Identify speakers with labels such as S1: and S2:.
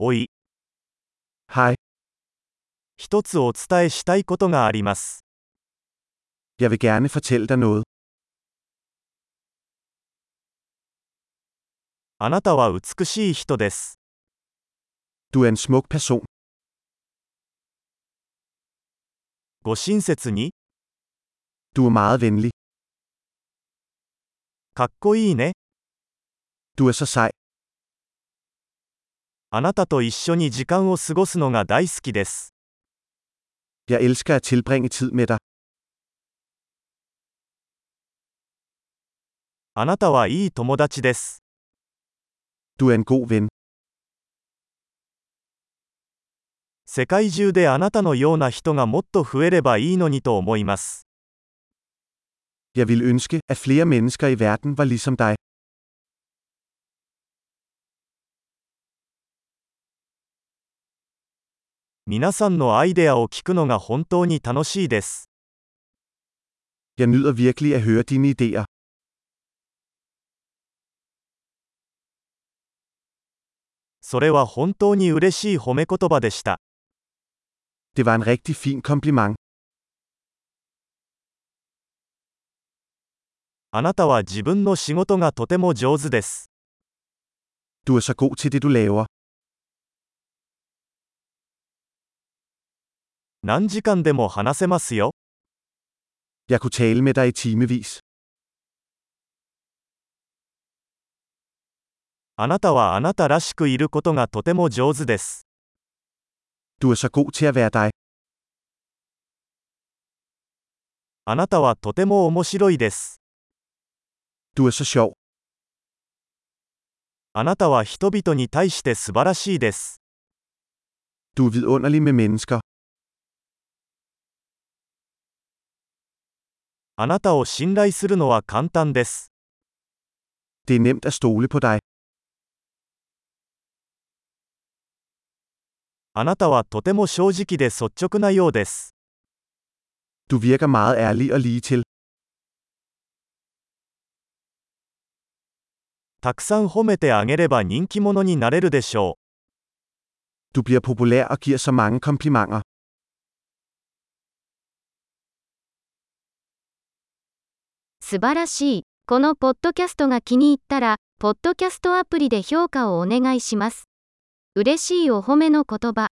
S1: おい、
S2: Hej,
S1: 一つお伝えしたいことがあります。
S2: jeg vil gerne fortælle dig noget.
S1: あなたは美しい人です。
S2: Du er en smuk person.
S1: ご親切に、
S2: Du er meget venlig.
S1: かっこいいね。
S2: Du er så sej.
S1: あなたと一緒に時間を過ごすのが大好きです。
S2: Jeg elsker at tilbringe tid med dig.
S1: あなたはいい友達です。
S2: Du er en god ven.
S1: 世界中であなたのような人がもっと増えればいいのにと思います。
S2: Jeg ville ønske, at flere mennesker i verden var ligesom dig.
S1: 皆さんのアイデアを聞くのが本当に楽しいです。
S2: Jeg nyder virkelig at høre dine idéer.
S1: それは本当に嬉しい褒め言葉でした。
S2: Det var en rigtig fin kompliment.
S1: あなたは自分の仕事がとても上手です。
S2: Du er så god til det, du laver.
S1: 何時間でも話せますよ。
S2: Jeg kunne tale med dig i timevis.
S1: あなたはあなたらしくいることがとても上手です。
S2: Du er så god til at være dig.
S1: あなたはとても面白いです。
S2: Du er så sjov.
S1: あなたは人々に対して素晴らしいです。
S2: Du er vidunderlig med mennesker.
S1: あなたを信頼するのは簡単です。
S2: Det er nemt at stole på dig.
S1: あなたはとても正直で率直なようです。
S2: Du virker meget ærlig og lige til.
S1: たくさん褒めてあげれば人気者になれるでしょう。
S2: Du bliver populær og giver så mange komplimenter.
S3: 素晴らしい。このポッドキャストが気に入ったら、ポッドキャストアプリで評価をお願いします。嬉しいお褒めの言葉。